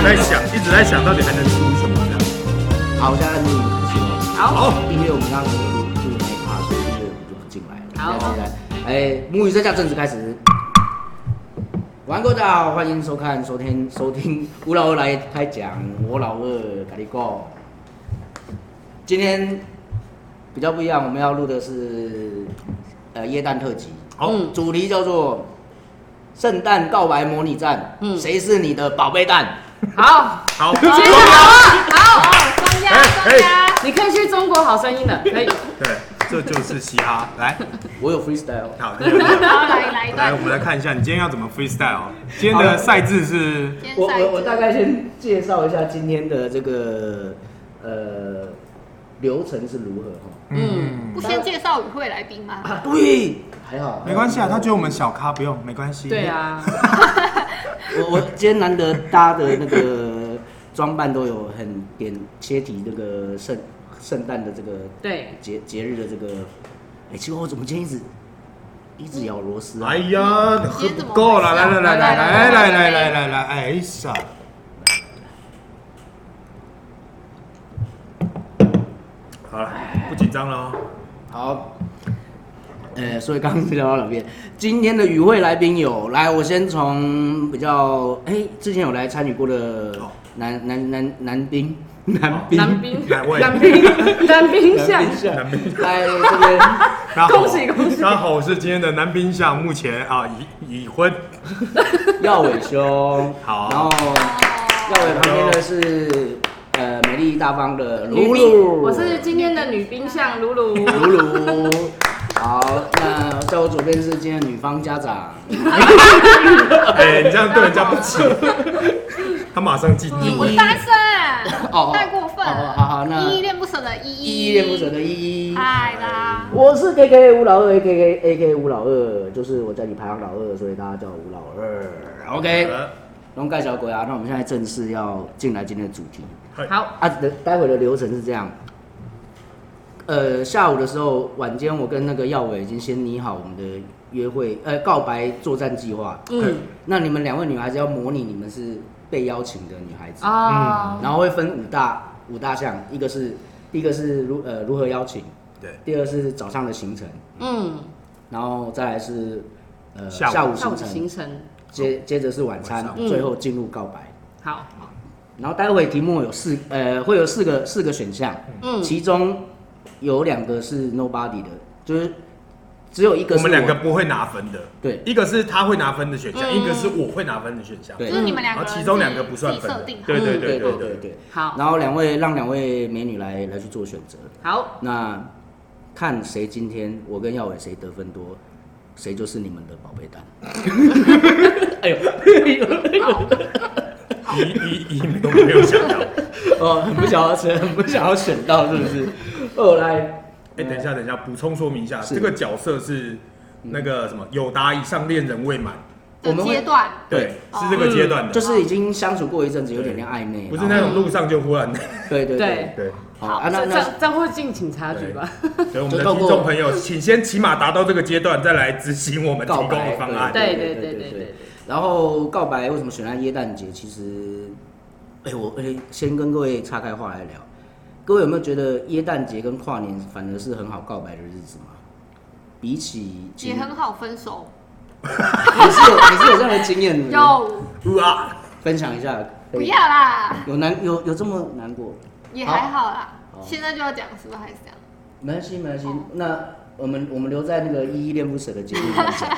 直在想到底还能出什么这样。好，我现在录一个新闻，好，因为我们刚刚录录那一趴，所以音乐我就不进来了。好现在哎，母语在家正式开始。玩过大家好，欢迎收看、收听、收听吴老二来开讲，我老二咖喱哥。今天比较不一样，我们要录的是呃耶诞特辑，好，嗯主题叫做圣诞告白模拟战，嗯谁是你的宝贝蛋？好，好，接着好啊，好，专家哎专家，你可以去中国好声音了，可以。对，这就是嘻哈。来，我有 freestyle。好，你有没有好，来来来，一段我。们来看一下你今天要怎么 freestyle 哦。今天的赛制是今天我赛制我我大概先介绍一下今天的这个呃流程是如何哈。嗯，不先介绍与会来宾吗？啊，对，还好，没关系啊，还他好觉得我们小咖，不用，没关系。对，啊，我我今天难得大家的那个装扮都有很点切题这个圣圣诞的这个对，节节日的这个，哎、奇怪，我怎么今天一直一直咬螺丝啊？哎呀，喝不够了，来来来来来来来来来来，哎呀，好了，不紧张了哦。好，呃，所以刚刚聊到哪边？今天的与会来宾有来，我先从比较哎、之前有来参与过的好男男男男宾男宾男兵，哪位男兵，男兵像，男兵，来这边，大家好恭喜恭喜大家好，我是今天的男宾相，目前啊已已婚，耀伟兄，好然后耀伟旁边的是呃美丽大方的女露兵，露，我是今天的女兵像露露，露露。好，那在我左边是今天的女方家长，哎，你这样对人家不起，他马上进一入。我单身，哦太过分哦了。好好那依依恋不舍的依依，依依恋不舍。的依依。嗨啦，我是 K K 吴老二，A K A K 吴老二，就是我在你排行老二，所以大家叫我吴老二。OK，龙盖小鬼啊，那我们现在正式要进来今天的主题好，啊。等待会的流程是这样，呃，下午的时候，晚间我跟那个耀伟已经先拟好我们的约会，呃，告白作战计划。嗯，那你们两位女孩子要模拟你们是被邀请的女孩子，啊，然后会分五大五大项，一个是第一个是如呃如何邀请，对，第二是早上的行程。嗯，然后再来是呃下午下午下行午的程行，程，接接着是晚餐，晚上最后进入告白。好，然后待会题目有四呃会有四个四个选项，嗯，其中有两个是 nobody 的，就是只有一个我是们两个不会拿分的，对一个是他会拿分的选项，一个是我会拿分的选项。对就是你们两个然后人自己，啊其中两个不算自己设分定，好。对对嗯对对对对对对。好，然后两位让两位美女来来去做选择，好，那看谁今天我跟耀伟谁得分多，谁就是你们的宝贝蛋。哎呦，一一一都没有想到。 哦，很不想要选，很不想要选到是不 是？哦，来，哎，等一下，等一下，补充说明一下，是这个角色是那个什么，有达以上恋人未满，我的们会嗯阶段，对，哦是这个阶段就的，是已经相处过一阵子，有点点暧昧，不是那种路上就忽然。对对对对，对，好啊，那这那这这会进警察局吧？所以我们的就透听过众朋友，请先起码达到这个阶段，再来执行我们提告供白的方案。对对对对对对对对对。然后告白为什么选在耶诞节？其实，哎、我哎、先跟各位岔开话来聊，各位有没有觉得耶诞节跟跨年反而是很好告白的日子吗？比起也情，很好分手。你是有你是有这样的经验的， 有，对，啊，分享一下，不要啦，有难有有这么难过？也还好啦好。现在就要讲，是不是还是这样？没关系没关系，那我们我们留在那个依依恋不舍的节目来讲。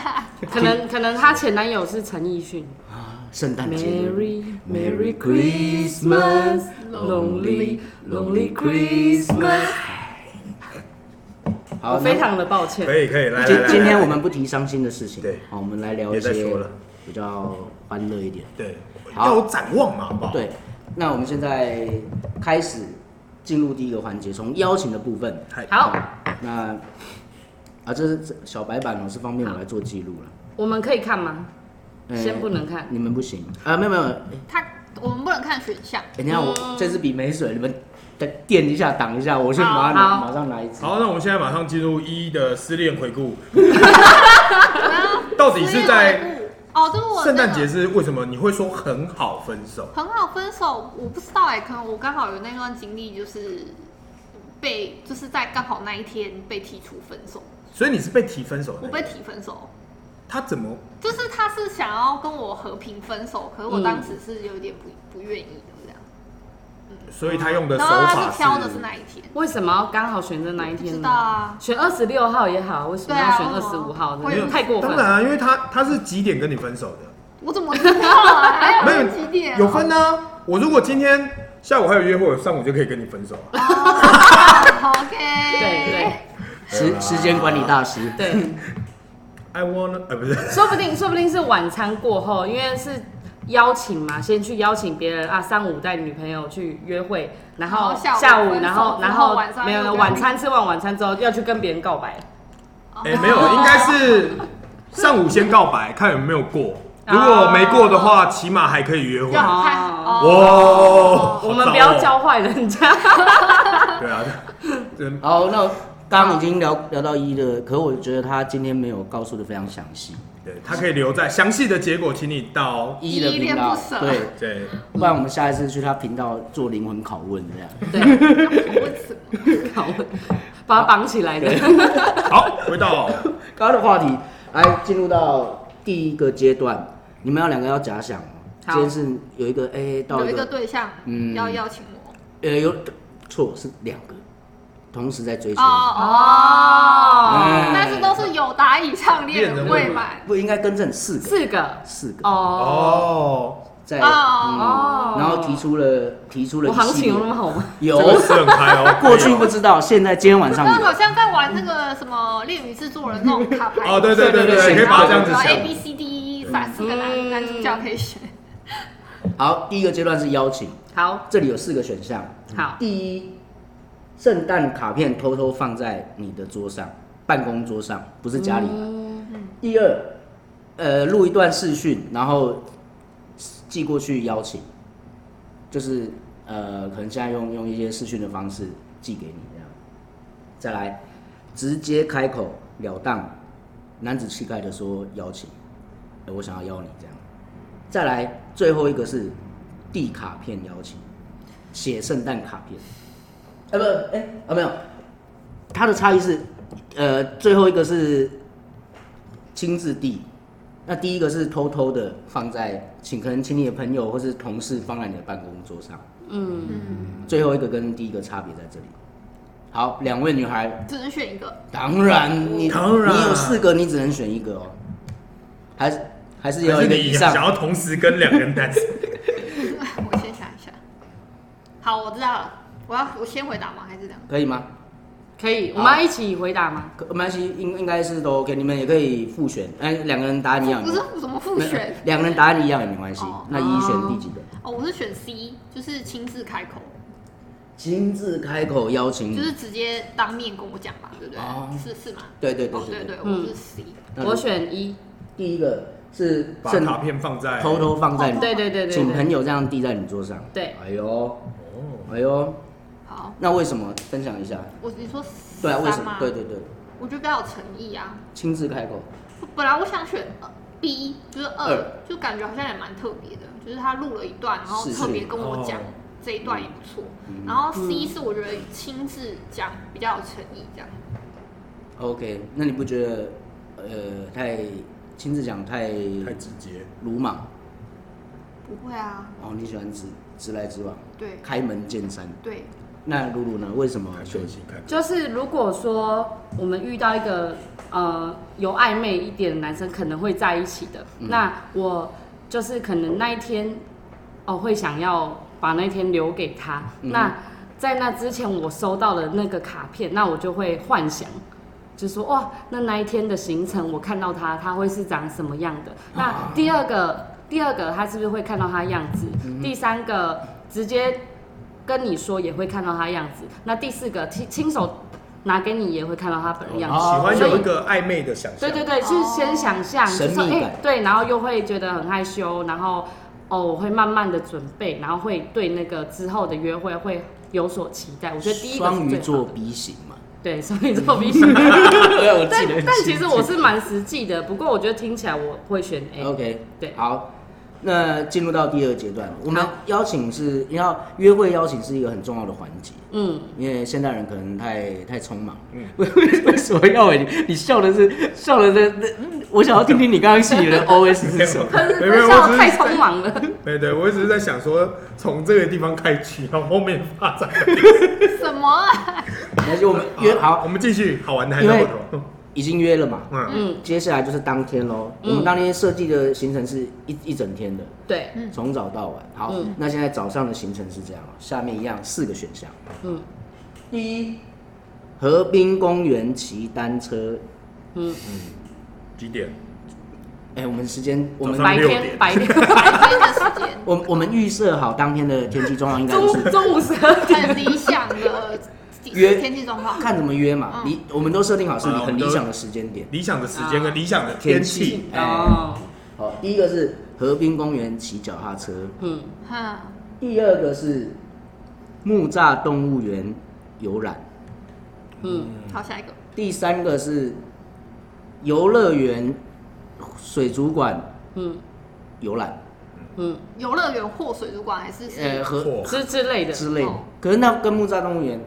可能可能她前男友是陈奕迅。啊圣诞节 Merry Merry Christmas, Christmas, lonely lonely Christmas。我好，非那常的抱歉。可以可以，来来今来，今天来我们不提伤心的事情，对好，我们来聊一别再些说了比较欢乐一点。对好要有展望嘛，好不好？对，那我们现在开始进入第一个环节，从邀请的部分。嗨，好，那啊，这是这小白板哦，是方便我来做记录了。我们可以看吗？呃先不能看。你们不行啊，没有没有，哎他我们不能看选项，等一下我这支笔没水，你们再垫一下挡一下，我去马上拿好好马上拿一支。好，那我们现在马上进入一一的失恋回顾，到底是在思维回顾哦，这是我圣诞那个节是为什么你会说很好分手？很好分手，我不知道哎、可能我刚好有那段经历，就是被就是在刚好那一天被提出分手，所以你是被提分手的那我一被个？提分手，他怎么？就是他是想要跟我和平分手，可是我当时是有点不不愿意的这样，所以他用的手然后他法就挑的是哪一天？为什么要刚好选择那一不知天道呢？啊，选二十六号也好，为什么对要啊选为二什十么五号我也呢？不太过分当了。然啊，因为他他是几点跟你分手的？我怎么知道啊？还有几点、有分啊！我如果今天下午还有约会，我上午就可以跟你分手啊。哦 OK，对对，对时啊时间管理大师，对， I wanna，呃，不是，说不定 说不定是晚餐过后，因为是邀请嘛，先去邀请别人啊，上午带女朋友去约会，然后然后下午下午分手然后之后然后晚上没有又没有跟晚餐吃完晚餐之后要去跟别人告白，哦哎、没有，应该是上午先告白，看有没有过。如果没过的话，起码还可以约会。要哇、很看哦哦， 我们不要交。教坏 人家。对啊，对好，那刚刚已经聊聊到一了，可我觉得他今天没有告诉的非常详细，对，他可以留在详细的结果，请你到一的依频恋道不，舍对，对不然我们下一次去他频道做灵魂拷问这样。 对，我怎么好把他绑起来的。好，回到刚刚的话题，来进入到第一个阶段，你们要两个要假想哦，好今天是有一个 A A 到有一一个个，对象嗯要邀请我。呃，有错是两个，同时在追求哦你，哦嗯，但是都是有达以上恋人未满。不应该更正四个，四个四个哦哦，在，哦哦，然后提出了提出了我一行系情列有那么好吗？这个有是很嗨哦，过去不知道，现在今天晚上那好有，像在玩那个什么恋与制作人那种卡 牌。哦，对对对对对，可以把它这样子然后 A 想 B。C D 三四个男男主角可以选。好，第一个阶段是邀请，好这里有四个选项，好第一，圣诞卡片偷偷放在你的桌上，办公桌上，不是家里。第二，呃，录一段视讯，然后寄过去邀请，就是呃，可能现在用用一些视讯的方式寄给你这样。再来，直接开口了当，男子气概的说邀请，呃我想要邀你这样。再来，最后一个是递卡片邀请。写圣诞卡片，呃不，哎、啊没有，它的差异是，呃最后一个是亲自递，那第一个是偷偷的放在请可能请你的朋友或是同事放在你的办公桌上，嗯，最后一个跟第一个差别在这里。好，两位女孩，只能选一个。当然你当然你有四个，你只能选一个哦，还是还是要还一是个你以想上，要同时跟两个人 dance？我先想一下。好，我知道了。我要我先回答吗？还是这样？可以吗？可以，好我们要一起回答吗？可没关系，应应该是都 OK，你们也可以复选，哎，两个人答案一样。不是怎么复选两个人答案一样也没关系哦。那一选第几个？哦，我是选 C，就是亲自开口，亲自开口邀请就你是。直接当面跟我讲嘛，对不嗯哦对？是是吗？对对对哦，对对。对，我是 C。那我选一，第一个是把正卡片放在偷偷放哦在你，对对对对请对，朋友这样递在你桌上。对哎呦，哦，哎呦，好，那为什么？分享一下。我你说对啊，为什三么吗？？对对对，我觉得比较有诚意啊。亲自开口。本来我想选呃 B，就是二二，就感觉好像也蛮特别的，就是他录了一段，然后是是嗯特别跟我讲哦这一段也不错。然后 C 是我觉得亲自讲比较有诚意，这样 OK，那你不觉得呃太亲自讲太太直接，鲁莽？不会啊，哦，你喜欢直直来直往，对开门见山。对，那露露呢？为什么选休息看看。就是如果说我们遇到一个呃有暧昧一点的男生，可能会在一起的，那我就是可能那一天哦会想要把那一天留给他。嗯那在那之前我收到了那个卡片，那我就会幻想。就说哇，那那一天的行程，我看到他，他会是长什么样的？那第二个，第二个，他是不是会看到他样子？第三个，直接跟你说也会看到他样子。那第四个，亲亲手拿给你也会看到他本人样子。哦喜欢所以有一个暧昧的想象，对对对，是先想象，神就秘说感哎、对，然后又会觉得很害羞，然后哦，我会慢慢的准备，然后会对那个之后的约会会有所期待。我觉得第一个是双鱼最好 座的 B 型嘛，对，双鱼座 B 型。对，我但记得很清楚。但其实我是蛮实际的，不过我觉得听起来我会选 A。 OK，对好，那进入到第二阶段，我们好邀请是要约会，邀请是一个很重要的环节，嗯，因为现代人可能太太匆忙。嗯为为 为什么要我？你你笑的是笑的是，那嗯我想要听听你刚刚心里的 OS 是什么？可是没有没有这笑我得只是太匆忙了。对对，我只是在想说，从这个地方开启，然后后面发展。 什么啊？那就我们约好，我们继续好玩的还在后头。已经约了嘛，嗯，嗯，接下来就是当天喽。嗯我们当天设计的行程是一一整天的， 对，嗯从早到晚。好嗯，那现在早上的行程是这样哦，下面一样四个选项。嗯第一，河滨公园骑单车。嗯，几点？哎、我们时间，我早上们白六天点白天，白天的时间我我们预设好当天的天气状况应该中就午是中午十二点。很理想的几约天气状况， 看怎么约嘛，嗯理、我们都设定好是啊很我们都理想的时间点。理想的时间跟理想的天天气气。哎哦，好，第一个是河滨公园骑脚踏车，嗯，嗯，第二个是木栅动物园游览，嗯好，下一个，第三个是游乐园水族馆嗯游览，嗯，游乐园或水族馆还是呃，和嚯之之类的，之类的哦。可是那跟木栅动物园，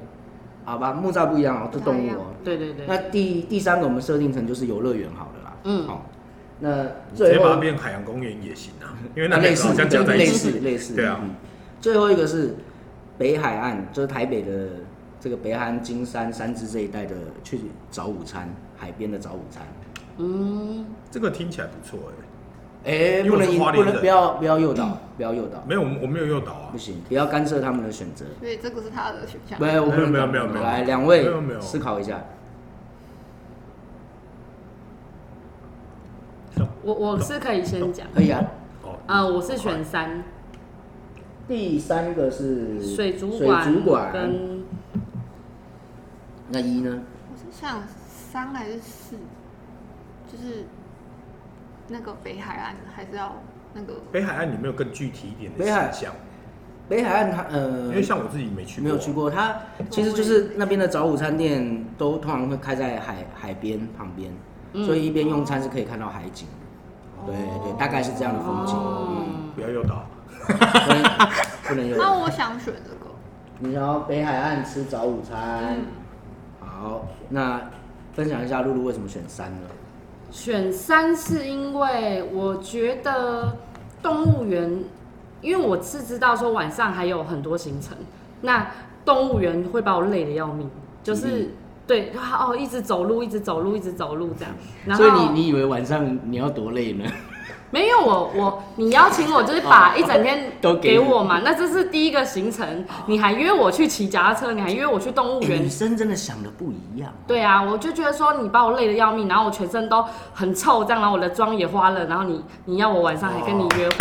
好吧，木栅不一样哦，这动物哦。对对对那，第第三个我们设定成就是游乐园好了啦。嗯好、那直接最把它后变海洋公园也行啊，因为啊那类两个似好像加在一类起。似类似，对啊嗯最后一个是北海岸，就是台北的这个北海岸金山三芝这一带的去找午餐，海边的早午餐。嗯，这个听起来不错哎，哎、因为不我是能引花不莲嗯能人不要不要诱导，不要诱导，没有，我没有诱导啊不。行，不要干涉他们的选择。所以这个是他的选项没。有，我不能没有讲没有没有来，两位没有没有思考一下。我我是可以先讲，可以啊。哦，啊，我是选三第三个是水族馆，水族馆跟那一呢？我是想三还是四，就是那个北海岸还是要那个北海岸有没有更具体一点的北海形象？北海岸它呃，因为像我自己没去没过，有去过，它其实就是那边的早午餐店都通常会开在海海边旁边，嗯所以一边用餐是可以看到海景的。对对，大概是这样的风景。嗯哦，不要诱导。啊不能不能有。那啊我想选这个，你想要北海岸吃早午餐？嗯好，那分享一下露露为什么选三呢？选三是因为我觉得动物园，因为我是知道说晚上还有很多行程，那动物园会把我累得要命，就是、对，就哦一直走路，一直走路，一直走路这样。然后所以你你以为晚上你要多累呢？没有我我你邀请我就是把一整天啊都给给你啊我嘛，那这是第一个行程，你还约我去骑脚踏车，你还约我去动物哎 园女，生真的想的不一样。对啊，我就觉得说你把我累得要命，然后我全身都很臭，这样，然后我的妆也花了，然后你你要我晚上还跟你约会，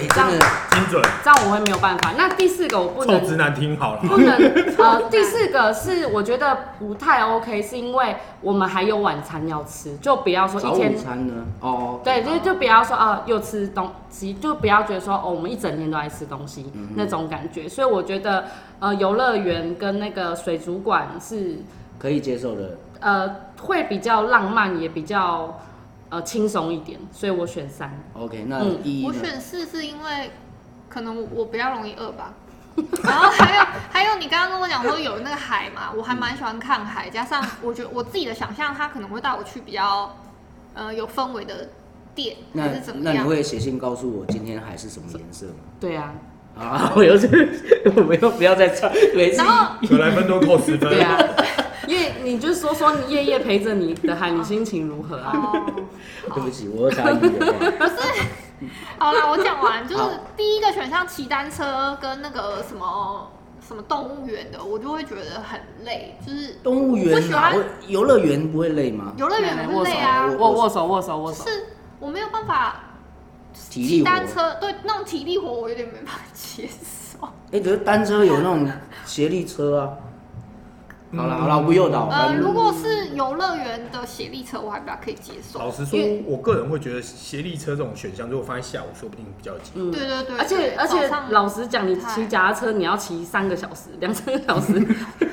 哎，这样真的，精准，这样我会没有办法。那第四个我不臭能直男听 好了。不能，呃，第四个是我觉得不太 OK，是因为我们还有晚餐要吃，就不要说早一天午餐呢？哦，对，就就不要说啊，又吃东西，就不要觉得说哦，我们一整天都在吃东西、那种感觉。所以我觉得，呃，游乐园跟那个水族馆是可以接受的。呃会比较浪漫，也比较呃轻松一点。所以我选三。 OK，那嗯一我呢？选四是因为可能我比较容易饿吧。 然后还有还有，你刚刚跟我讲说有那个海嘛，我还蛮喜欢看海，加上我觉得我自己的想象，他可能会带我去比较呃有氛围的店那还是怎么那你样？会写信告诉我今天海是什么颜色吗？对啊，啊， 我又是，我们又不要再唱，每次然后格莱芬多扣十分。对 啊，因为你就说说你夜夜陪着你的海，你心情如何啊？哦，对不起，我又插一句话， 好啦，我讲完，就是好第一个选项骑单车跟那个什么什么动物园的，我就会觉得很累，就是动物园我不喜啊，欢我游乐园不会累吗？游乐园很握手累啊，我握握手，握手，握手。是我没有办法体力骑活，单车，对那种体力活我有点没办法接受。哎，可是单车有那种协力车啊，好了好了，我不诱导。呃，反正如果是游乐园的协力车，我还比较可以接受。老实因说为，我个人会觉得协力车这种选项，如果放在下午，说不定比较有机会。嗯对对对，而且而且早上，老实讲，你太骑脚踏车你要骑三个小时、两三个小 时，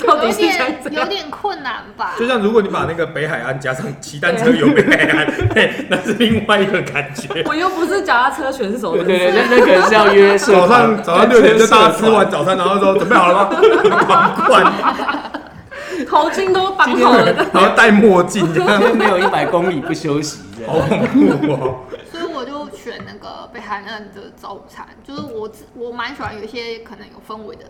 到有底是点想怎有样？点困难吧？就像如果你把那个北海岸加上骑单车 游北海岸，嘿那是另外一个感 觉。我又不是脚踏车选手，对对对，那那可能是要约啊社早团上早上六点就大家吃 完早餐，然后说准备 好了吗？狂灌，头巾都绑好了的。然后戴墨镜，这样今天没有一百公里不休息这好样。恐 怖哦。所以我就选那个北海岸的早午餐，就是我自我蛮喜欢有一些可能有氛围的，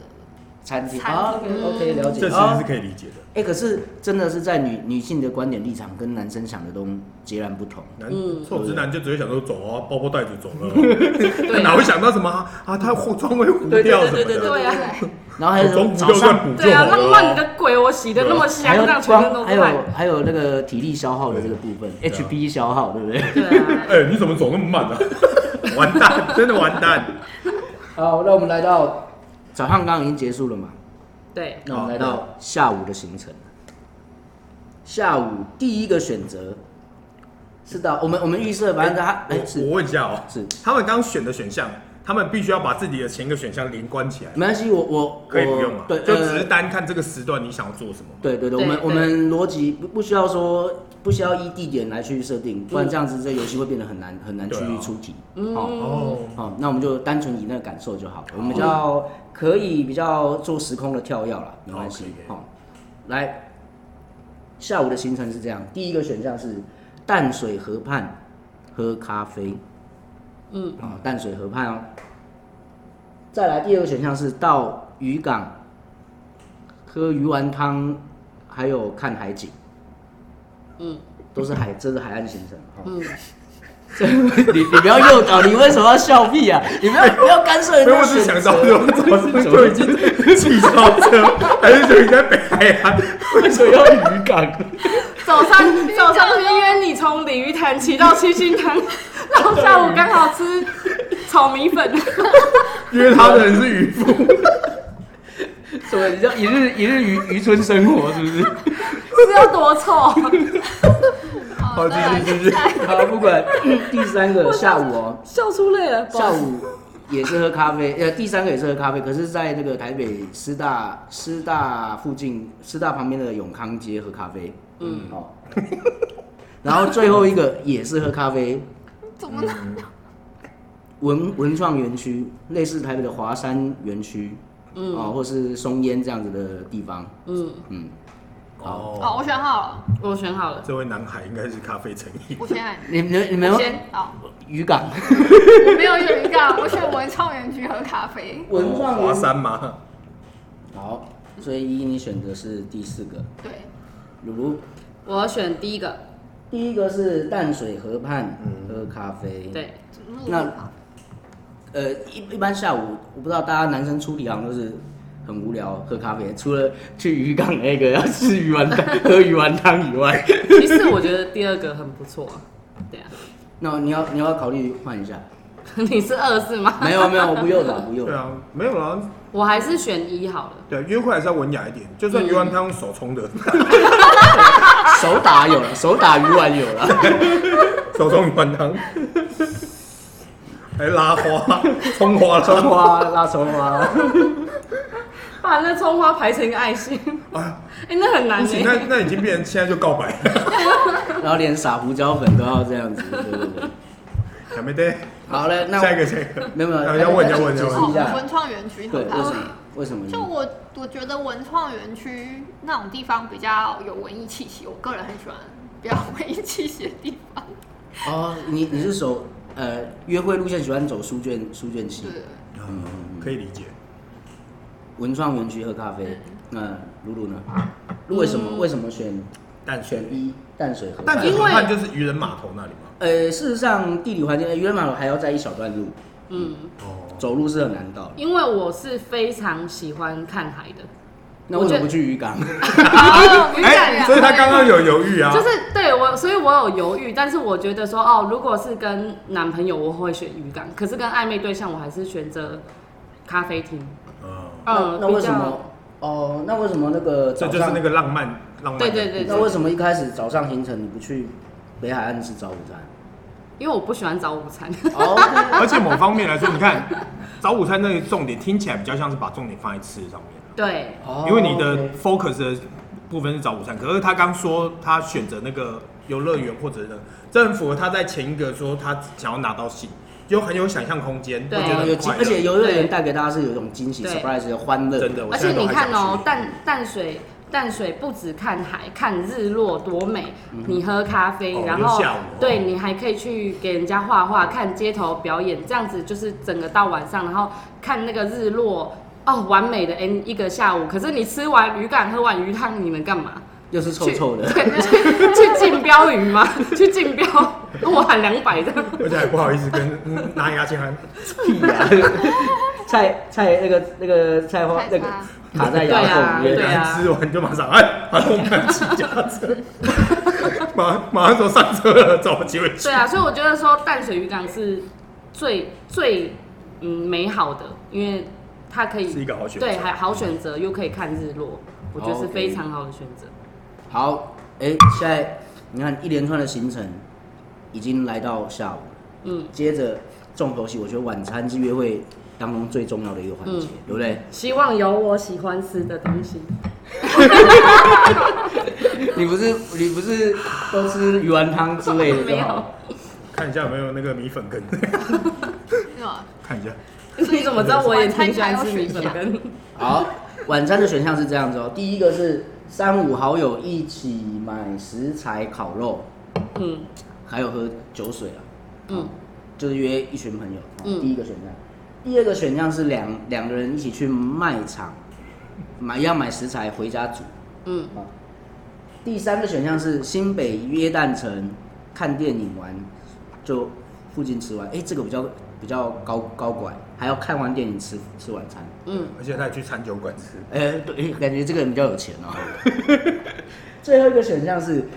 餐厅餐啊厅，OK，了解。这其实是可以理解的。哎、可是真的是在女女性的观点立场跟男生想的都截然不同。男嗯臭直男就只会想说走啊，包包带着走了，他 哪会想到什么啊？啊他化妆会糊掉什么对对的，对啊不对？然后还口有中糊早掉算上，补对就啊，好浪漫你了。的鬼，我洗的那么还香，有让全身光，都还是有汗。还有那个体力消耗的这个部分啊，HP 消耗，对不 对？对啊，哎，你怎么走那么慢啊？ 完蛋，真的完蛋。好，那我们来到早上刚刚已经结束了嘛，对，那我们来到下午的行程。下午第一个选择是到我们我们预设，反正他哎、我是我问一下哦，是他们刚选的选项，他们必须要把自己的前一个选项连关起来，没关系，我我可以不我用嘛？对，就只呃是单看这个时段你想要做什么嘛。对对对，对我们对我们逻辑不不需要说不需要依地点来去设定，不然这样子这游戏会变得很难很难去对啊出题。哦哦，哦，那我们就单纯以那个感受就好了，我们比较可以比较做时空的跳跃啦，没关系好可以。可哦，以来，下午的行程是这样，第一个选项是淡水河畔喝咖啡。嗯，啊、淡水河畔哦。再来第二个选项是到渔港喝鱼丸汤，还有看海景。嗯，都是海，这是海岸行程。哦、嗯，你你不要诱导，你为什么要笑屁啊？你不要不要干涉人所以家我只选想择。到说，我早 上就已经骑超车，还是就应该北海岸，为什么要渔港？早上早上是约你从鲤鱼潭骑到七 星潭，然后下午刚好吃炒米 粉。约他的人是渔夫，什么？你叫一日一日渔渔村生活是不是？是要 多臭？好哦，继再来续继续好，不管第三个下午哦，笑出泪了。下午也是喝咖啡，呃，第三个也是喝咖啡，可是在那个台北师大师大附近，师大旁边的永康街喝咖啡，嗯，哦， 然后最后一个也是喝咖啡，怎么嗯了？文文创园区，类似台北的华山园区，嗯，哦，或是松烟这样子的地方，嗯，嗯，好，哦，我选好了，我选好了。这位男孩应该是咖啡成瘾。我选海你们你们先好，渔港我没有选渔啊港，我选文创园区喝咖啡。文创哦华园区，山吗？好，所以依你选择是第四个，对，鲁鲁。我选第一个，第一个是淡水河畔嗯喝咖啡，，对，怎么那录啊不好？呃，一一般下午我不知道大家男生出题好像都是很无聊喝咖啡，除了去渔港那个要吃鱼丸汤、 喝鱼丸汤以外，其实我觉得第二个很不错啊。对啊， 那你要你要考虑换一下，你是二是吗？没有没有，我不诱导不诱对导，啊，没有啦，我还是选一好了。对，约会还是要文雅一点，就算鱼丸汤用手冲的， 手打有了，手打鱼丸有了，手冲鱼丸汤，还拉花，葱花葱拉。花拉葱花，把那葱花排成一个爱心， 啊，哎、那很难不呢、行，那那已经变成现在就告白了， 然后连撒胡椒粉都要这样子，对对对。还没得。好了，那我下一个，下一个，没有没有，要问那要问解要释问一哦，下，文创园区对，喝为咖什啡么。为什么你就我我觉得文创园区那种地方比较有文艺气息，我个人很喜欢比较有文艺气息的地方。哦，你你是走呃约会路线，喜欢走书卷书卷系对，， 嗯可以理解。文创园区喝咖啡。嗯那露露呢？为什么为什么选淡水选，一淡水河？淡水因河为畔就是渔人码头那里嘛。呃，事实上地理环境，呃原码头还要在一小段路，嗯，哦，走路是很难到的。因为我是非常喜欢看海的，那我为觉什得么不去渔港？好，渔港哎，哦人所以他刚刚有犹豫啊，就是对我，所以我有犹豫，但是我觉得说，哦，如果是跟男朋友，我会选渔港，可是跟暧昧对象，我还是选择咖啡厅。嗯，那嗯，那为比什较么哦，那为什么那个这早就是上那个浪漫浪漫的部分。对对对那为什么一开始早上行程你不去北海岸吃早午餐？ 因为我不喜欢早午餐。 哦，而且某方面来说，你看早午餐那个重点听起来比较像是把重点放在吃上面，对，哦 因为你的 OK focus 的部分是早午餐。可是他刚说他选择那个游乐园或者呢，这很符合他在前一个说他想要拿到信，就很有想象空间，对会觉得啊哎有很惊快，乐而且游乐园对带给大家是有一种惊喜、对 surprise 的欢乐。真的，我而现且在都你还看想哦去，淡淡水淡水不只看海，看日落多美。你喝咖啡，嗯哦然又后下午哦对你还可以去给人家画画，看街头表演，这样子就是整个到晚上，然后看那个日落。哦，完美的 N 一个下午，可是你吃完鱼干、喝完鱼汤，你能干嘛？又是臭臭的，对，去 去竞标鱼吗？去竞标，我喊两百的。而且还不好意思跟嗯拿牙签还嗯屁啊呀、菜菜那个那个菜花哦那太个差。 卡在牙缝里面。对啊吃完就马上哎，把我们骑家车，马马上说上车了，走，机会去对。啊，所以我觉得说淡水渔港是最最嗯美好的，因为它可以是一个好选择对，还好选择，又可以看日落，我觉得是 OK 非常好的选择。好，哎、现在你看一连串的行程已经来到下午，嗯，接着重头戏，我觉得晚餐是约会当中最重要的一个环节，嗯对不 对？希望有我喜欢吃的东西。你不是你不是都吃鱼丸汤之类的就 没好有，看一下有没有那个米粉羹，是吧 看一下。你怎么知道我也挺喜欢吃米粉羹？好，晚餐的选项是这样子哦，第一个是三五好友一起买食材烤肉，嗯还有喝酒水啊，嗯就是约一群朋友。哦嗯第一个选项，第二个选项是两两个人一起去卖场买要买食材回家煮。嗯，啊，第三个选项是新北约旦城看电影完就附近吃完，哎、这个比较比较高高拐，还要看完电影吃吃晚餐。嗯，而且他也去餐酒馆吃，哎、对，感觉这个人比较有钱哦。 最后一个选项是，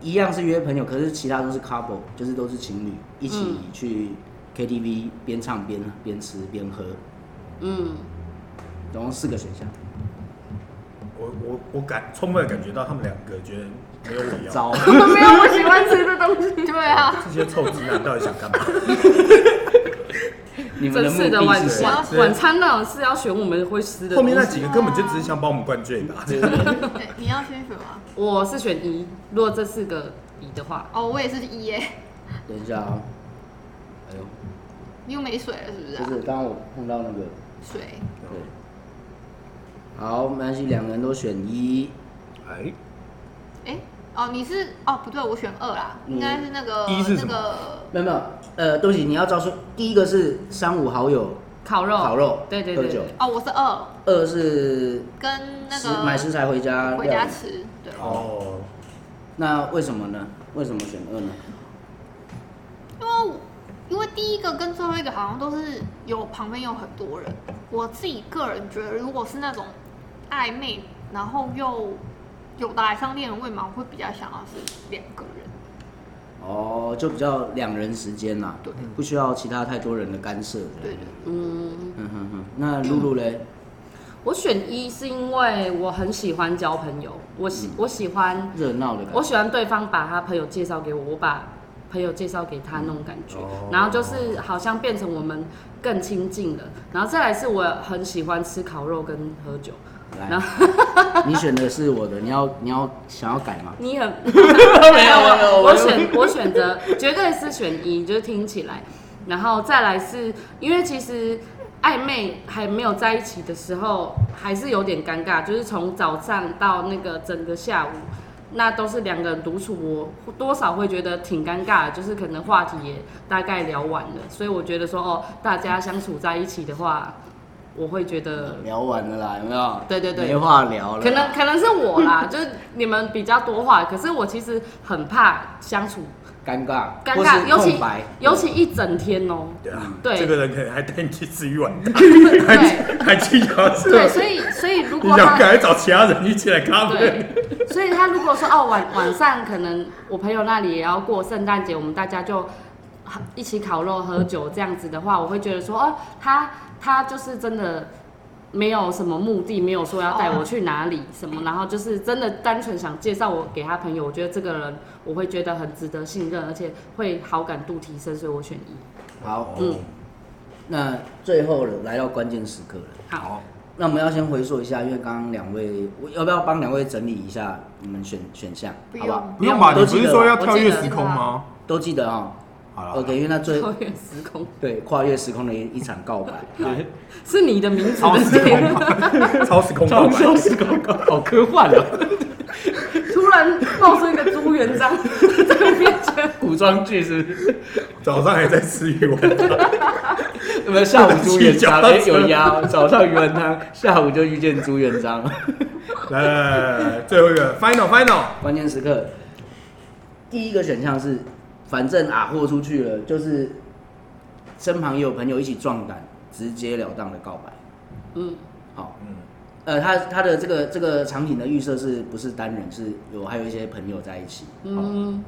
一样是约朋友，可是其他都是 couple，就是都是情侣一起嗯去 KTV 边唱边边吃边喝，嗯，总共四个选项，我我我感充分的感觉到他们两个觉得没有我一样，糟。没有我喜欢吃的东西。对啊，这些臭直男到底想干 嘛？你们真的目是的晚的是什么？想晚是晚餐那种是要选我们会吃的后东面那西。几个根本就只是想把我们灌醉吧。对哎你要先选吗？我是选一，如果这四个比的话，哦，我也是一耶，等一下啊、哎呦。你又没水了是不是就啊？是刚刚我碰到那个，水，对，好，没关系，两个人都选一，哎，哎，哦，你是哦不对，我选二啦，嗯应该是那个一是什么那个没有没有，呃，对不起，你要照说，第一个是三五好友，烤肉，烤肉对对喝对酒对，哦，我是二，二是跟那食个买食材回家回料家理，吃，对，哦，那为什么呢？为什么选二呢？因为我因为第一个跟最后一个好像都是有旁边有很多人，我自己个人觉得，如果是那种暧昧，然后又有的来上恋人未满，我会比较想要是两个人。哦，就比较两人时间啦，对，不需要其他太多人的干涉，对对，嗯。嗯哼哼，那露露嘞，我选一是因为我很喜欢交朋友，我嗯喜、我喜欢热闹的感我觉，喜欢对方把他朋友介绍给我，我把朋友介绍给他那种感觉，哦然后就是好像变成我们更亲近了。然后再来是我很喜欢吃烤肉跟喝酒，然来，后你选的是我的，你要你要想要改 吗？你很没有啊没有哎我哎我我选我选择绝对是选一，就是听起来，然后再来是因为其实暧昧还没有在一起的时候，还是有点尴尬，就是从早上到那个整个下午。那都是两个人独处，我多少会觉得挺尴尬的，就是可能话题也大概聊完了，所以我觉得说哦，大家相处在一起的话，我会觉得 聊完了啦，有没有？对对对没话聊了，可能可能是我啦，就是你们比较多话，可是我其实很怕相处尴尬，尴或尬，是尤空其白，尤其一整天哦、对啊，对这个人可能还带你去吃鱼丸 汤，对还去家车，对，所以所以如你果想他赶快找其他人一起来咖啡。对，所以他如果说哦晚晚上可能我朋友那里也要过圣诞节，我们大家就一起烤肉喝酒这样子的话，我会觉得说哦他他就是真的没有什么目的，没有说要带我去哪里什么，然后就是真的单纯想介绍我给他朋友，我觉得这个人我会觉得很值得信任，而且会好感度提升，所以我选一。好，嗯，那最后了，来到关键时刻了。 好，那我们要先回溯一下，因为刚刚两位，我要不要帮两位整理一下你们选选项，不好用不好？不用吧？都你记不得是说要我记跳跃得时空吗？都记得哈、好了 OK，因为那最超越时空对跨越时空的一一场告 白，来是你的名字超的时结空论，吧，超时空吧超，超时空告白，好科幻哦，突然冒出一个朱元璋， 这个变成古装剧是不是？早上还在吃鱼丸， 我们下午朱元璋，骑脚踏哎、车有鸭哦，早上鱼丸汤，下午就遇见朱元璋，来来来来来，最后一个 final final，关键时刻，第一个选项是，反正啊豁出去了，就是身旁也有朋友一起壮胆，直截了当的告白。嗯，好，嗯，呃，他他的这个这个场景的预设是不是单人，是有还有一些朋友在一起，嗯，嗯，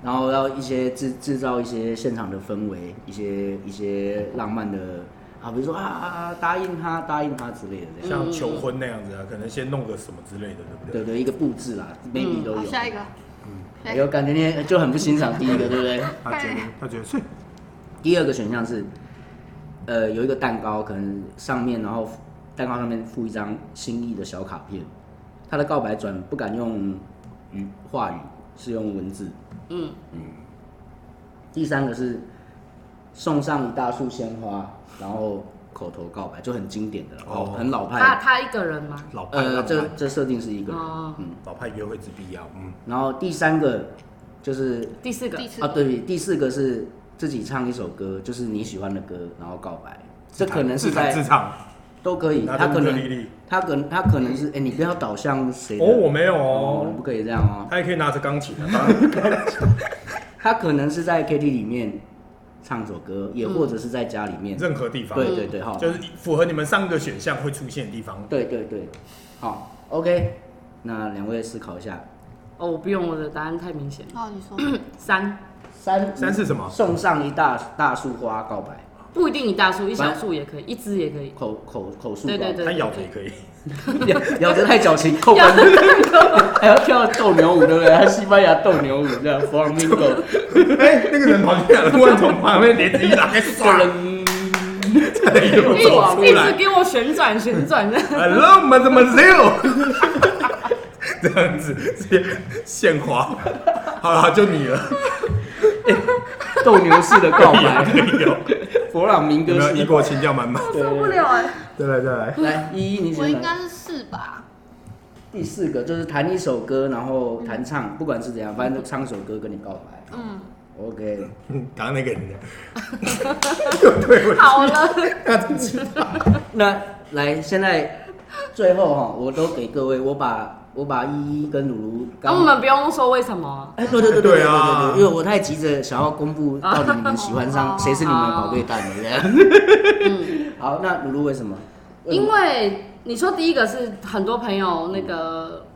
然后要一些制制造一些现场的氛围，一些一些浪漫的啊，比如说啊啊啊答应他答应他之类的这样，像求婚那样子啊，可能先弄个什么之类的，对不对？对对，一个布置啦，maybe 嗯都好，有。下一个，下哎一呦，个，感觉你就很不欣赏第一个，对不对？他觉得他觉得是第二个选项是，呃，有一个蛋糕，可能上面然后蛋糕上面附一张心意的小卡片。他的告白转不敢用语话语，是用文字。嗯第三个是送上一大束鲜花，然后口头告白，就很经典的了，哦哦，很老他派。他一个人吗？老派呃，浪这漫，这设定是一个人，哦嗯。老派约会之必要，嗯，然后第三个就是第四个第，四啊，个，对，第四个是自己唱一首歌，就是你喜欢的歌，然后告白。这可能是自弹在自唱，都可以，拿他着可乌克能丽丽他可能他可能是哎、你不要导向谁的哦，我没有哦你哦，不可以这样哦。他也可以拿着钢琴啊， 当然他可能是在 KT 里面唱首歌，也或者是在家里面。任何地方，哦对对对，好，就是符合你们上个选项会出现的地方。对对对，好，OK。那两位思考一下，哦，我不用，我的答案太明显了。哦，你说，三三三是什么送上一大大束花告白，不一定一大束，一小束也可以，一支也可以。口口口述告对白。对对他咬着也可 以，咬咬得太矫情，扣分。 还要跳斗牛舞，对不对？他西班牙斗牛舞这样，flamingo， 哎，那个人跑进来，突然从旁边帘子 一拉开，就唰，人差点又一走出一直来。给我旋转旋转， Hello, Mademoiselle，这样子直接献花。好了，就你了，斗牛式的告白，可以 哦。佛朗明有哥没有式一的锅告情调满满？白。受不不。了哎，欸再来，再来。来，依依，你我选应哪？该是四吧，第四个就是弹一首歌，然后弹唱，不管是怎样，反正就唱一首歌跟你告白。嗯， OK，嗯，刚刚那个人的， 又对 我好了，那来现在最后哈，我都给各位，我把我把依依跟鲁鲁 那哦刚我们不用说为什么，哎，对对对对啊对对，因为我太急着想要公布到底你们喜欢 哦上谁是你们的宝贝蛋了。这嗯样 好，那鲁鲁为什么？因为你说第一个是很多朋友那个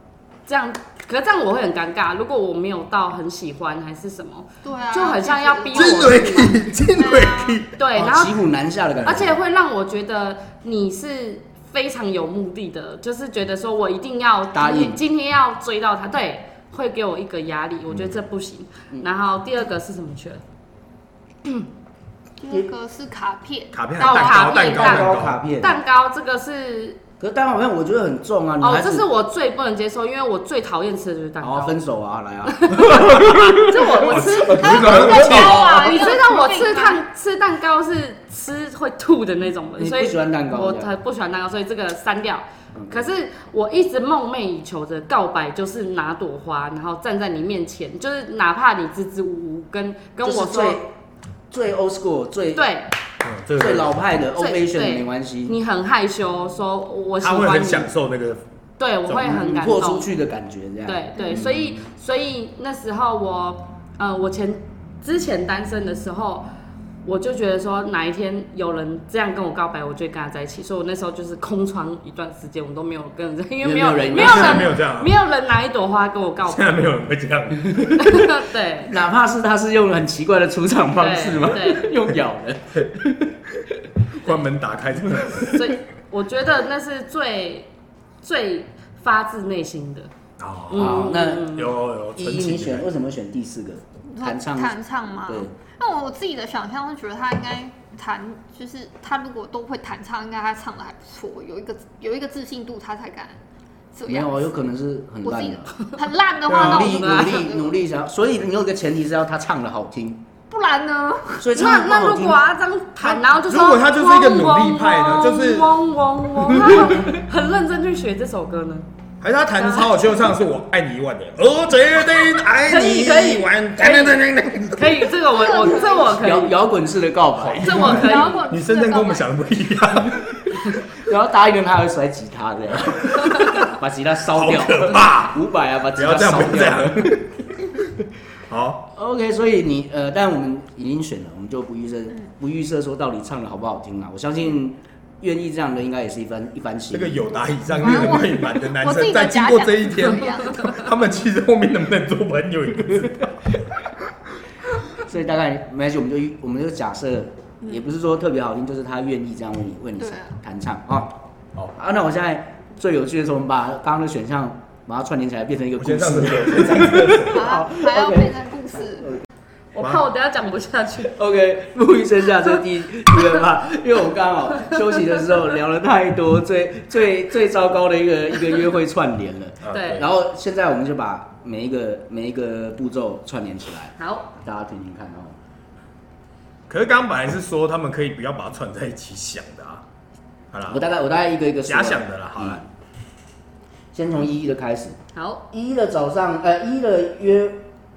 这样，可是这样我会很尴尬，如果我没有到很喜欢还是什么，对啊，就很像要逼金我蕊 key，金蕊 key，对，啊哦然后骑虎难下的感觉，而且会让我觉得你是非常有目的的，就是觉得说我一定要答应今天今天要追到他，对，会给我一个压力，嗯我觉得这不行。然后第二个是什么缺？第二个是卡片，卡片到还蛋卡片蛋糕，蛋糕，蛋糕糕卡片，蛋糕这个是可是蛋糕好像我觉得很重啊，你哦还，这是我最不能接受，因为我最讨厌吃的就是蛋好糕。分手啊，来啊， 这我我吃，你怎么蛋糕啊，你知道我吃看，蛋吃蛋糕是吃会吐的那种的，你所以不喜欢蛋糕我这样很不喜欢蛋糕，所以这个删掉。嗯可是我一直梦寐以求的告白就是拿朵花，然后站在你面前，就是哪怕你支支吾吾跟 跟就是我说，最最 old school 最对嗯这最个老派的 old 最 fashion 对没关系，你很害羞，说我喜他会欢很你，享受那个对我会很你感豁出动，去的感觉这样，对对，所以所以那时候我，呃，我前之前单身的时候，我就觉得说哪一天有人这样跟我告白，我就会跟他在一起。所以我那时候就是空窗一段时间，我都没有跟人，因为没没有有人没现在人没有这样啊没有人拿一朵花跟我告白，现在没有人会这样，对。哪怕是他是用很奇怪的出场方式吗？对用咬的，关门打开这个，所以我觉得那是最最发自内心的。哦，好嗯，那嗯嗯有有依纯依，你情的选感为觉，什么选第四个？你说弹唱，弹唱吗？对，那我自己的想象是觉得他应该弹，就是他如果都会弹唱，应该他唱的还不错，有一个有一个自信度，他才敢这没有样。啊，有可能是很我自烂己的。的很烂的话，那啊努我力就不努会力努，力，想要，所以你有一个前提是要他唱的好听，不然呢？所以唱那得不那好如听果，啊他这样弹，然后就说如果他就是一个努力派呢就是嗡嗡嗡，他很很认真去学这首歌呢。还是他弹的超好，就唱的是我爱你一万年，我决定爱你一万年。可以，这个 我我这我可摇以，摇滚式的告白，这我可摇以。滚你深圳跟我们想的不一样，然后答应了他还会甩吉他这 样，把吉他烧好掉，可怕！五百啊，把不吉要他这样，烧不要这掉。样。好， OK，所以你呃，但我们已经选了，我们就不预设不预设说到底唱的好不好听啦。我相信愿意这样的应该也是一番一番心这意。个有答以上月的未满的男我自己生，的在经过假想这一天是这样，他们其实后面能不能做朋友也不知道。所以大概没关系，我们就预我们就假设，也不是说特别好听，就是他愿意这样为你为你对啊弹唱啊。好啊，那我现在最有趣的是，我们把刚刚的选项把它串联起来，变成一个我故先上厕事。所，我先上厕所。啊，还要 OK 变成故事。我怕我等一下讲不下去。 OK，木鱼生下这是第一第二趴，因为我们刚好休息的时候聊了太多最最最糟糕的一个一个约会串联了，啊对然后现在我们就把每一个每一个步骤串联起来，好，大家听听看哦。可是刚刚本来是说他们可以不要把它串在一起想的啊。好啦我，大概我大概一个一个说嗯假想的啦，好啦。先从一一的开始。 好，一的早上，呃，一的约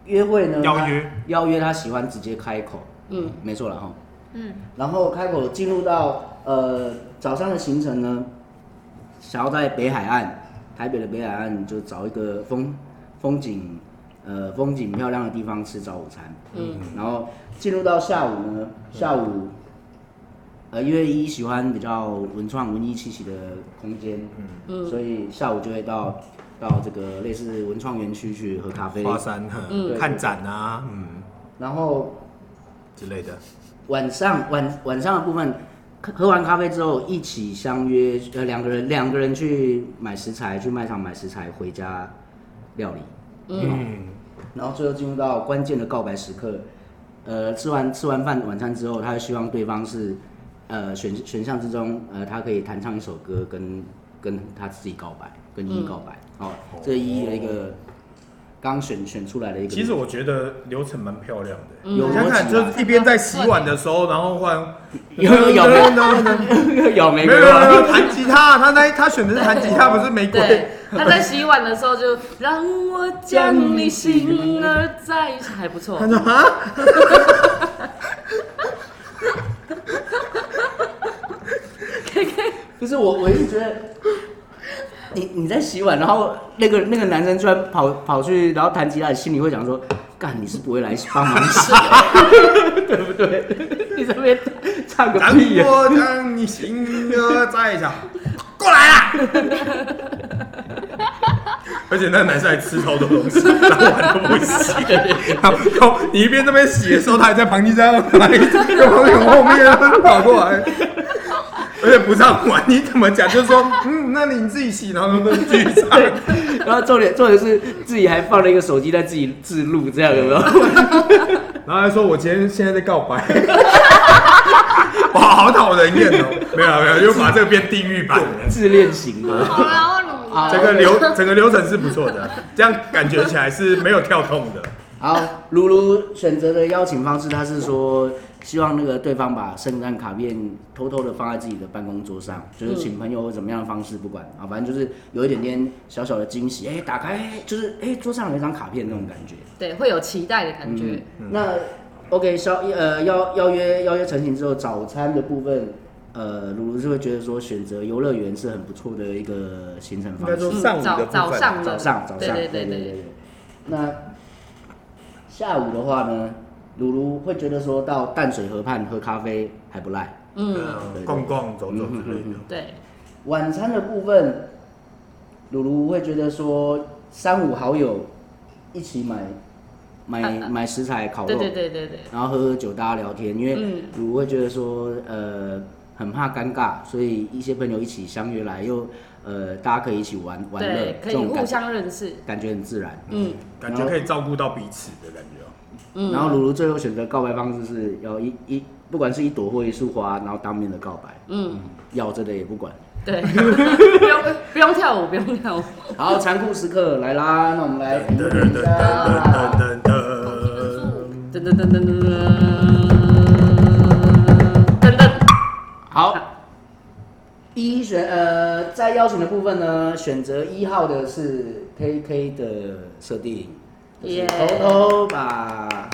约会呢？邀约他邀约，他喜欢直接开口，嗯，没错了哈。嗯，然后开口进入到呃早上的行程呢，想要在北海岸，台北的北海岸就找一个风风景呃风景漂亮的地方吃早午餐。嗯，然后进入到下午呢，下午。呃，因为一喜欢比较文创、文艺气息的空间，嗯所以下午就会到到这个类似文创园区去喝咖啡，华山，嗯，嗯看展啊，嗯然后之类的。晚上晚晚上的部分，喝喝完咖啡之后一起相约，呃，两个人两个人去买食材，去卖场买食材，回家料理，嗯，然后最后进入到关键的告白时刻，呃，吃完吃完饭晚餐之后，他会希望对方是，呃，选选项之中，呃，他可以弹唱一首歌跟跟他自己告白，跟一一告白，哦，这一一的一个刚选选出来的一个，其实我觉得其实我觉得流程蛮漂亮的。有你想想逻看，辑就啦是一边在洗碗的时候，然后换有有 有没有没有玫有瑰没花，有弹吉他，他那他选的是弹吉他，不是玫瑰对。，他在洗碗的时候就让我将你心儿在，还不 错他。说啊，不是我，我一直觉得你你在洗碗，然后那个那个男生居然跑跑去，然后弹吉他，你心里会想说，干你是不会来帮忙洗的，对不对？你这边唱 个让屁啊呀、我让你心儿在一下， 过来啦！ 而且那个男生还吃超多东西， 然后碗都不洗。 然后你一边这边洗的时候，他还在旁边这样来，然后从后面跑过 来，而且不让碗，你怎么讲？就是说，嗯，那你自己洗，然后都继续 唱。 然后重点重点是自己还放了一个手机在自己自录，这样有没有？然后还说，我今天现在在告 白。哇，好讨人厌哦！没有没有，又把这个变地狱版了。 自恋型的。 好啦，我努力。啊整个流整个流程是不错的，啊这样感觉起来是没有跳痛的。好，啊如如选择的邀请方式，他是说希望那个对方把圣诞卡片偷偷的放在自己的办公桌上，就是请朋友或怎么样的方式，不管啊，反正就是有一点点小小的惊喜。哎、打开就是哎、桌上有一张卡片那种感觉。对，会有期待的感觉。那 OK，邀呃邀邀约邀约成型之后，早餐的部分，呃，如如是会觉得说选择游乐园是很不错的一个行程方式。应该说嗯上午的早部分早上的早上，早上，嗯对对对对对对，。那下午的话呢，鲁鲁会觉得说到淡水河畔喝咖啡还不赖。嗯，嗯，逛逛走走之类嗯的。对，晚餐的部分，鲁鲁会觉得说三五好友一起买买啊买食材烤肉，对对对对对，然后喝喝酒，大家聊天，因为嗯鲁鲁会觉得说，呃，很怕尴尬，所以一些朋友一起相约来，又呃大家可以一起玩玩乐对，，可这以种互感相认识，感觉很自然。嗯感觉可以照顾到彼此的感觉哦。嗯，然后鲁鲁最后选择告白方式是要一一不管是一朵或一束花，然后当面的告白，嗯，要真的也不管。对， 不用不用跳舞，不用跳舞，好，残酷时刻来啦，那我们来噔噔噔啊噔噔噔噔，嗯噔噔噔噔噔噔噔噔，好。一选呃，在邀请的部分呢，选择一号的是 K K 的设定，就是耶偷偷把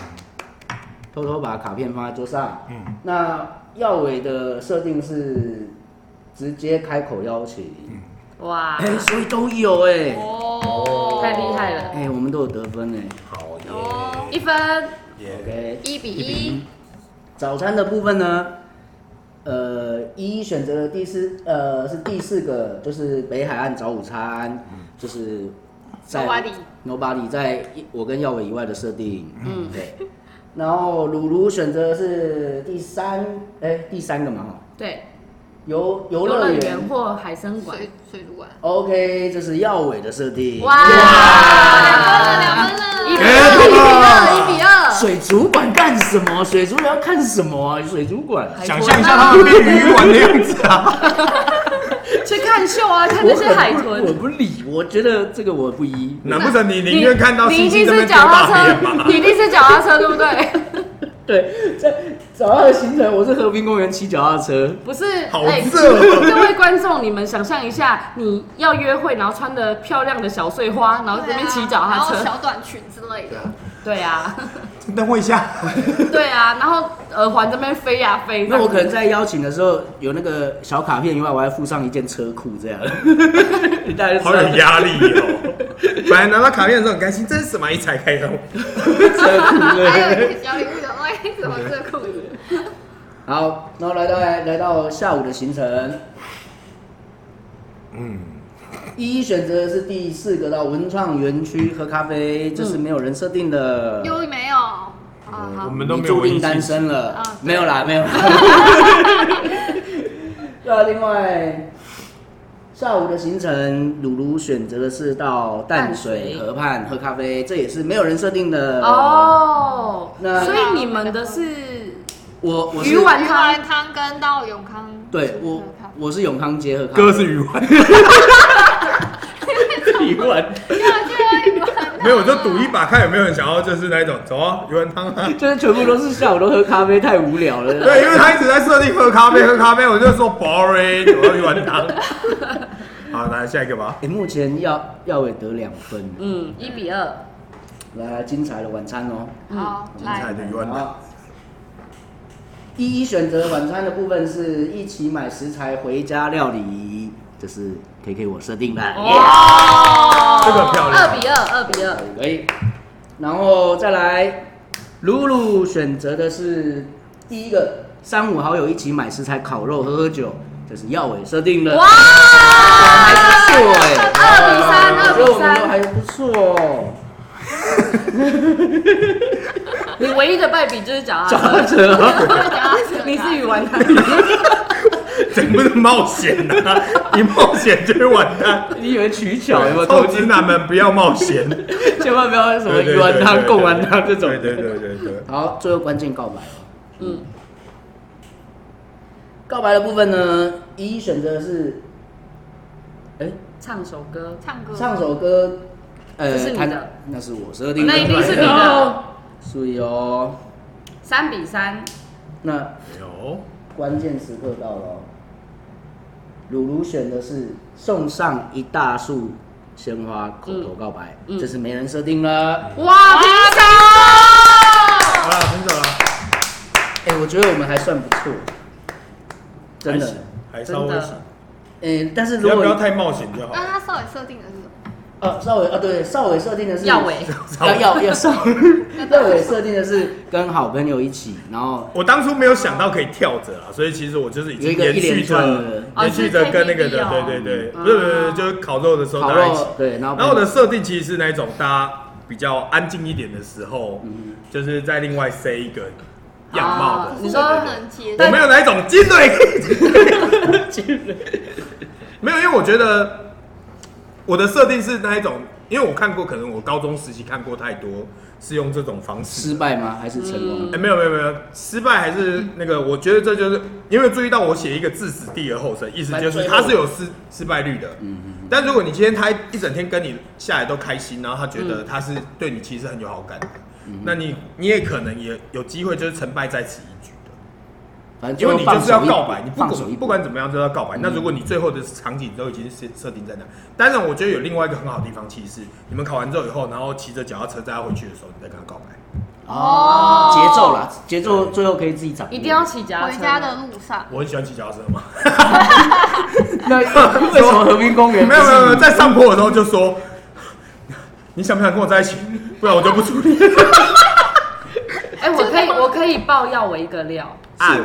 偷偷把卡片放在桌上。嗯，那耀伟的设定是直接开口邀请，哇哎、，所以都有哎、哦，太厉害了哎、我们都有得分哎、好哦一分，耶耶， OK，一比一，早餐的部分呢，呃，一选择了第四，呃，是第四个，就是北海岸早午餐，就是在 Nobody nobody 在一我跟耀伟以外的设定，嗯对。然后鲁鲁选择的是第三，哎、第三个嘛哈，对，游游游乐乐园园或海参馆，水水族馆， OK，这是耀伟的设定。哇，啊两分了，一比两分了，哎了二，一比二，水族馆干什么？水族馆要看什么？啊水族馆。想象一下他们被鱼丸的样子啊！去看秀啊，看那些海我豚。不理，我觉得这个我不一。难不成你宁愿看到你星一星定这是边丢脚踏大便车，吗？你一定是脚踏车，对不对？对，在早上的行程，我是和平公园骑脚踏车，不是，好哎热哦各位观众，你们想象一下，你要约会，然后穿的漂亮的小碎花，然后这边骑脚然踏后车，小短裙之类的，对啊， 等我一下，对啊，然后耳环这边飞呀飞。那我可能在邀请的时候有那个小卡片以外，我还附上一件车裤这样， 你大家就好知道有压力哦。本来拿到卡片的时候很开心，这是什么？一拆开，然后车裤还有对。一个小礼物的，哎，怎么这裤子？好，然后来到来来到下午的行程，嗯，一选择的是第四个到文创园区喝咖啡，这是没有人设定的。有没有？啊，好我，们都你没有注危机定单身了，啊对没有啦，没有 啦。那另外，下午的行程，鲁鲁选择的是到淡水淡水河畔喝咖啡，这也是没有人设定的。，哦，那所以你们的是我我鱼是丸鱼汤丸汤跟到永康，对我我是永康街喝咖啡，哥是鱼丸，鱼丸，要去鱼丸汤，没有，我就赌一把，看有没有人想要，就是那一种，走啊，鱼丸汤啊。 就是全部都是下午都喝咖啡，太无聊了。对，因为他一直在设定喝咖啡，喝咖啡，我就说 boring，我要鱼丸汤。好，来下一个吧。诶哎目前耀耀伟得两分，嗯一比二，来精彩的晚餐哦。好，精彩来，的鱼丸汤，好第一选择晚餐的部分是一起买食材回家料理，这是 K K 我设定的。哦哇这个漂亮二比二，二比二，可以。然后再来，露露选择的是第一个，三五好友一起买食材烤肉喝喝酒，这是耀伟设定的。哇，还不错哎、二比三，我觉得我们都二比还不错哦。三，你唯一的败笔就是脚脚踏踏车，车， 你是鱼丸汤，整个是冒险啊，一冒险就会完蛋。你以为取巧有没有臭偷直鸡？男们不要冒险， 千万不要什么啊对对鱼丸对汤、对贡丸汤这种。对对对对对，好，最后关键告白。嗯，告白的部分呢，一选择的是，哎、唱首歌，唱歌，唱首歌，呃，嗯这是你的弹，那是我设定的，那一定是你的哦，所以哦，三比三，那有关键时刻到了哦，鲁鲁选的是送上一大束鲜花，口头告白，嗯嗯这是没人设定了。哎哇，平好手，了，分手了，哎、我觉得我们还算不错，真的。还稍微真的行，哎、但是只如要果不要太冒险就好。那他少爷设定的是什么？呃，邵伟啊，对，邵伟设定的是耀伟，要要要上， 那我设定的是跟好朋友一起，然后我当初没有想到可以跳着啦，所以其实我就是已有一经个延一连续串着的延续着跟那个的，哦对是对对，嗯不是不是，不是就是烤肉的时候烤大家一起肉。，对，然后然后我的设定其实是那一嗯种大家比较安静一点的时候，就是再另外塞一个样貌的啊。可你是说我不能接我没有哪一种金腿， 没有，因为我觉得我的设定是那一种，因为我看过，可能我高中时期看过太多是用这种方式失败吗？还是成功？哎、没有没有没有，失败还嗯是那个，我觉得这就是因为注意到我写一个置死地而后生，意思就是他是有失失败率的。嗯嗯。但如果你今天他一整天跟你下来都开心，然后他觉嗯得他是对你其实很有好感的，那你你也可能也有机会就是成败在此一举的，反正最因为后你就放是要手一告白，你不放手一嗯管不管怎么样就要告白。那如果你最后的场景都已经设设定在那，当然我觉得有另外一个很好的地方，其实是你们考完之后以后，然后骑着脚踏车载他回去的时候，你再跟他告白。哦，节奏啦，节奏最后可以自己掌握。一定要骑脚踏回车家的路上，我很喜欢骑脚踏车嘛。 那为什么和平公园？没有没有没有，，在上坡的时候就说，你想不想跟我在一起？不然我就不处理。哎、我可以，我可以爆料我一个料，啊，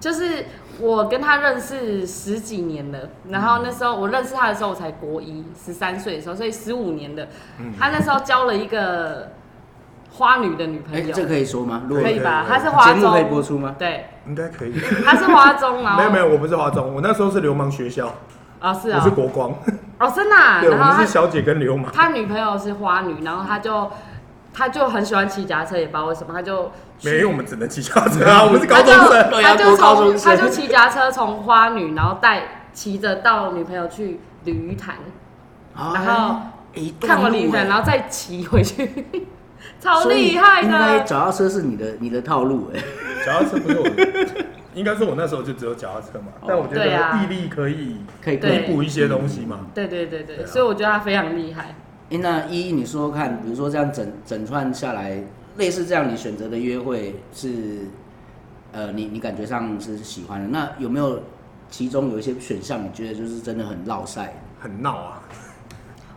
就是我跟他认识十几年了，然后那时候我认识他的时候我才国一，十三岁的时候，所以十五年的，嗯他那时候交了一个花女的女朋哎，友，这可以说吗？如果可以吧？可以可他以是花节目可以播中，出吗？对，应该可以。他是花中，然后 没有没有，我不是华中，我那时候是流氓学校，啊、是我啊、是国光，哦真的、啊， 对，我然后们他是小姐跟流氓。他女朋友是花女，然后他就他就很喜欢骑脚踏车，也不知道为什么，他就去没有， 我们只能骑脚踏车啊，我们是高他中就 生。对他啊就国高中从生他就骑脚踏车从花女，然后带骑着到女朋友去鲤鱼潭，然后啊哎一看完欸鲤鱼潭，然后再骑回去， 超厉害应该的。脚踏车是你的你的套路哎，脚踏车不是我的，应该说我那时候就只有脚踏车嘛，但我觉对得啊嗯毅力可以可以可以弥补一些东西嘛。对对对对，对啊所以我觉得他非常厉害。诶那依依你说说看，比如说这样整整串下来，类似这样你选择的约会是，呃，你你感觉上是喜欢的，那有没有其中有一些选项你觉得就是真的很落塞？很闹啊，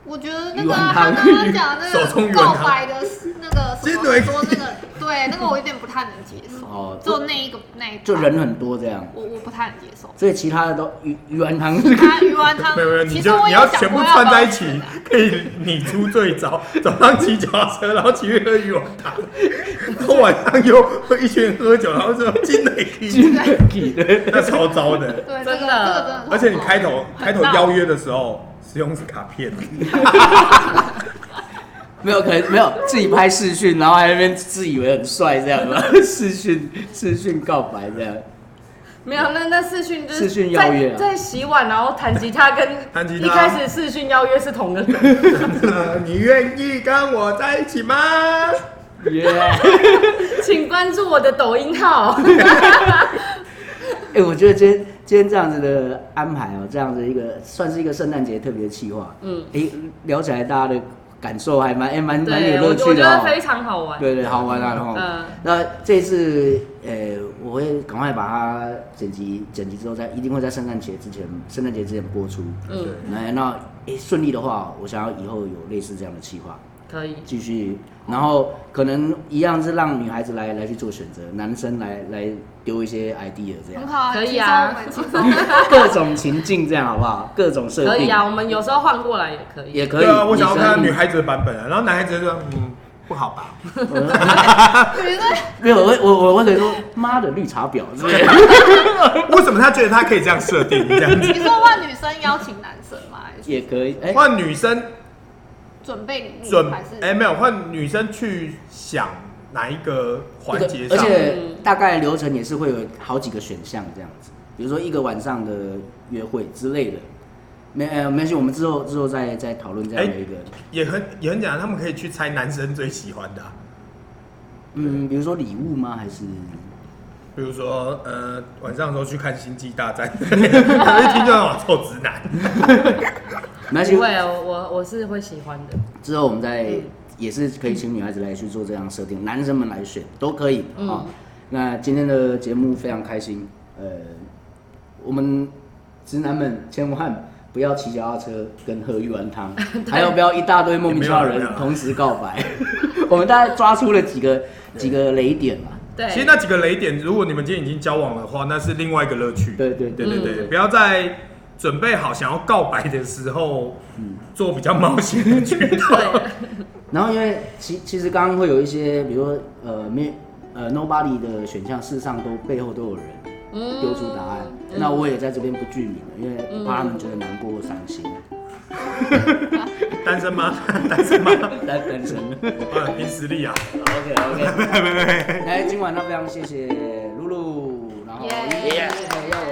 我觉得那鱼个丸他汤刚刚讲那手冲鱼个丸告汤白的那个什金么腿说那个，对那个我有点不太能接受，哦，就那一个那一就段人很多这样，我我不太能接受。所以其他的都鱼鱼丸汤他鱼丸汤，没有没有，你其实就我你也要想全部过要串不要在一去起的，可以你出最早， 早上骑脚踏车，然后骑去喝鱼丸汤，然后晚上又会一群人喝酒，然后说进来一那超糟的。对，这个真的这个真的，而且你开 头开头邀约的时候，使用是卡片，没有可能没有自己拍视讯，然后还在那边自以为很帅这样，然后视讯视讯告白这样，没有，那那视讯就是视讯邀约啊在在洗碗，然后弹吉他跟 弹吉他一开始视讯邀约是同个人。 你愿意跟我在一起吗？耶、请关注我的抖音号。 哎、我觉得今天今天这样子的安排哦、这样子一个算是一个圣诞节特别企划。嗯哎、聊起来大家的感受还蛮哎蛮蛮有对，我乐我趣觉的得哦、非常好玩。对对，好玩啊！哈、嗯那这次呃、我会赶快把它剪辑剪辑之后在，一定会在圣诞节之前，圣诞节之前播出。对嗯，那那诶顺利的话，哦我想要以后有类似这样的企划。可以。继续，然后可能一样是让女孩子来来去做选择，男生来来丢一些 idea 这样很，好啊，可以轻松啊我们轻松。 各种情境这样好不好？各种设定可以啊，我们有时候换过来也可以。也可以。对啊，我想要看到生女孩子的版本啊，然后男孩子就说嗯不好吧，我觉得没有，我会我我我得说，妈的绿茶婊之类的，为什么他觉得他可以这样设定这 样子？你说换女生邀请男生吗？还是也可以。哎、换女生准备礼准物还是？哎、没有换女生去想哪一个环节而上，且大概流程也是会有好几个选项这样子，比如说一个晚上的约会之类的。没呃，没关系，我们之后之后再再讨论这样的一个，也很也很简单，他们可以去猜男生最喜欢的啊、嗯，比如说礼物吗？还是比如说呃晚上的时候去看《星际大战》， 一听就哇臭直男，没关系不，会，我我我是会喜欢的。之后我们再也是可以请女孩子来去做这样的设定，男生们来选都可以啊、嗯那今天的节目非常开心，呃，我们直男们千万不要骑脚踏车跟喝鱼丸汤，还有不要一大堆莫名其妙的也没有人人啊同时告白。 我们大概抓出了几个几个雷点嘛，对，其实那几个雷点，如果你们今天已经交往的话，那是另外一个乐趣。对对对对对嗯对，不要在准备好想要告白的时候，嗯做比较冒险的举动。对，然后因为其其实刚刚会有一些，比如说呃没呃 nobody 的选项，事实上都背后都有人嗯丢出答案。那我也在这边不具名了，因为我怕他们觉得难过或伤心。单身吗？单身吗？单 单身。啊，凭实力啊！ OK OK。来，今晚呢非常谢谢露露，然后耶耶耶耶哎